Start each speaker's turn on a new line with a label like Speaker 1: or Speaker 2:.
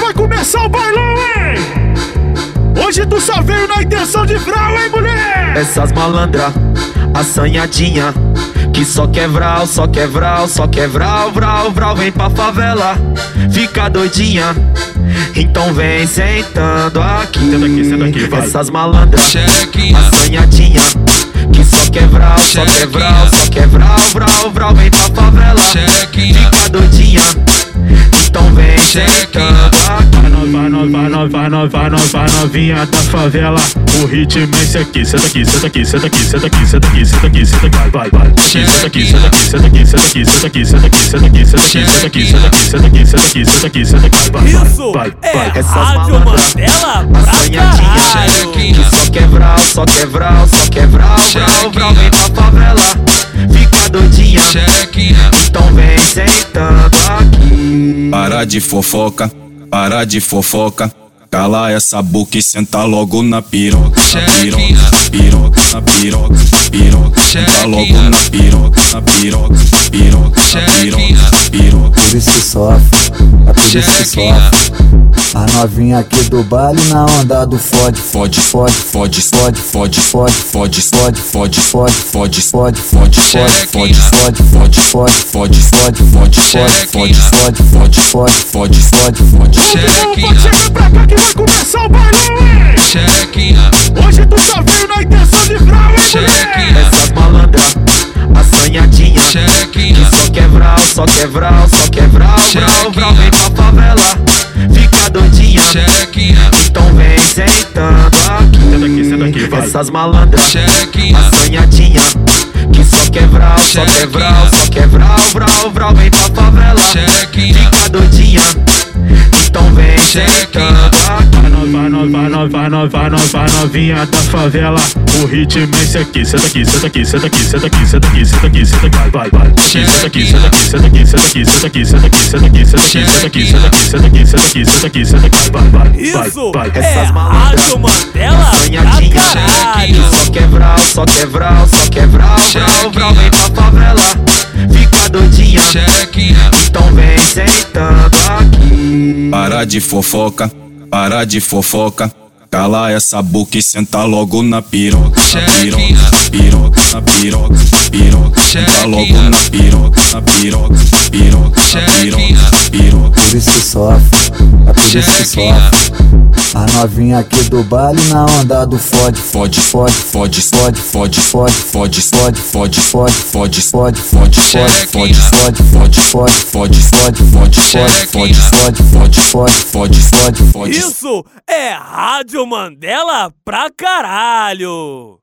Speaker 1: vai começar o bailão, hein? Hoje tu só veio na intenção de frau, hein, mulher?
Speaker 2: Essas malandra, assanhadinha Que só quer vral, só quer vral, só quer vral, vral, vral Vem pra favela, fica doidinha Então vem sentando aqui,
Speaker 1: Senta aqui, senta aqui, vai.
Speaker 2: Essas malandra,
Speaker 3: Chequinha.
Speaker 2: assanhadinha Que só quer vral, só quer vral, só quer vral, vral, vral Vem pra favela,
Speaker 3: Chequinha.
Speaker 2: fica doidinha Então vem sentando aqui
Speaker 1: Vai nova, nova, nova, nova, nova, novinha da favela. O ritmo é esse aqui. Senta aqui, senta aqui, senta aqui, senta aqui, senta aqui, senta aqui, senta aqui, vai, vai, vai. Senta aqui, senta aqui, senta aqui, senta aqui, senta aqui, senta aqui, senta aqui, senta aqui, senta aqui, senta aqui, senta aqui, senta aqui, senta aqui, senta aqui, vai,
Speaker 4: Isso
Speaker 1: vai, vai, vai.
Speaker 4: é
Speaker 2: essas
Speaker 4: Rádio
Speaker 2: malandras,
Speaker 4: Mandela pra
Speaker 2: Assanhadinha,
Speaker 4: caralho.
Speaker 2: que só quebral, só quebral, só quebral, vral, vral, vem pra favela, fica doidinha,
Speaker 3: Chequinha.
Speaker 2: então vem sentando aqui.
Speaker 5: Para de fofoca, para de fofoca. Cala essa boca e senta logo na piroca. Na piroca, na piroca, na piroca, na piroca. Senta logo na piroca, na piroca, na piroca, na piroca, na piroca.
Speaker 6: Por isso sofre,
Speaker 5: é
Speaker 6: a por isso
Speaker 3: Chequinha.
Speaker 6: sofre. As novinha aqui do baile na onda do fode,
Speaker 5: Fode, fode, fode, fode, fode, fode, fode, fode, fode, fode, fode, fode, fode, fode, fode, fode, fode, fode, fode, fode, fode, fode, fode, fode, fode, fode, fode.
Speaker 1: Pode
Speaker 3: Chequinha.
Speaker 1: chegar pra cá que vai começar o bailão, hein?
Speaker 3: Chequinha.
Speaker 1: Hoje tu só veio na intenção de frau, hein, mulher?
Speaker 3: Chequinha.
Speaker 2: Essa malandra, assanhadinha, que
Speaker 3: Chequinha.
Speaker 2: só quebral, só quebral, só quebral, vral, vral, vem pra favela, fica doidinha,
Speaker 3: Chequinha.
Speaker 2: então vem sentando aqui.
Speaker 1: Senta aqui, senta aqui, vai.
Speaker 2: Essas malandras,
Speaker 3: Chequinha.
Speaker 2: assanhadinha Que só quebral, só
Speaker 3: Chequinha.
Speaker 2: quebral, só quebral, vral, vral Vem pra favela,
Speaker 3: Chequinha.
Speaker 2: fica doidinha Então vem
Speaker 3: Chequinha.
Speaker 2: sentando aqui
Speaker 1: Vai nova, nova, nova, nova, nova, novinha da favela. O ritmo é esse aqui. Senta aqui, senta aqui, senta aqui, senta aqui, senta aqui, senta aqui, senta aqui, vai, vai. Senta aqui, senta aqui, senta aqui, senta aqui, senta aqui, senta aqui, senta aqui, senta aqui, senta aqui, senta aqui, senta aqui, senta aqui, senta aqui, senta aqui, vai, vai,
Speaker 4: Isso
Speaker 1: vai, vai.
Speaker 4: é
Speaker 2: Essas malandras,
Speaker 4: Rádio Mandela
Speaker 2: Sonhadinha,
Speaker 4: pra Ah, caralho.
Speaker 2: Que só quebral, só quebral, só quebral, vral, vral Vem pra favela, fica doidinha
Speaker 3: Chequinha.
Speaker 2: Então vem sentando aqui
Speaker 5: Para de fofoca, para de fofoca. Cala essa boca e senta logo na piroca. Na piroca, na piroca, na piroca, na piroca. Senta logo na piroca, na piroca, na piroca, na piroca, na piroca.
Speaker 6: por isso sofre,
Speaker 5: é
Speaker 6: a por isso
Speaker 3: Chequinha.
Speaker 6: sofre. As novinha aqui do baile na onda do fode,
Speaker 5: Fode, fode, fode, fode, fode, fode, fode, fode, fode, fode, fode, fode, fode, fode, fode, fode, fode, fode, fode, fode, fode, fode, fode, fode, fode, fode, fode.
Speaker 4: Isso é Rádio Mandela pra caralho.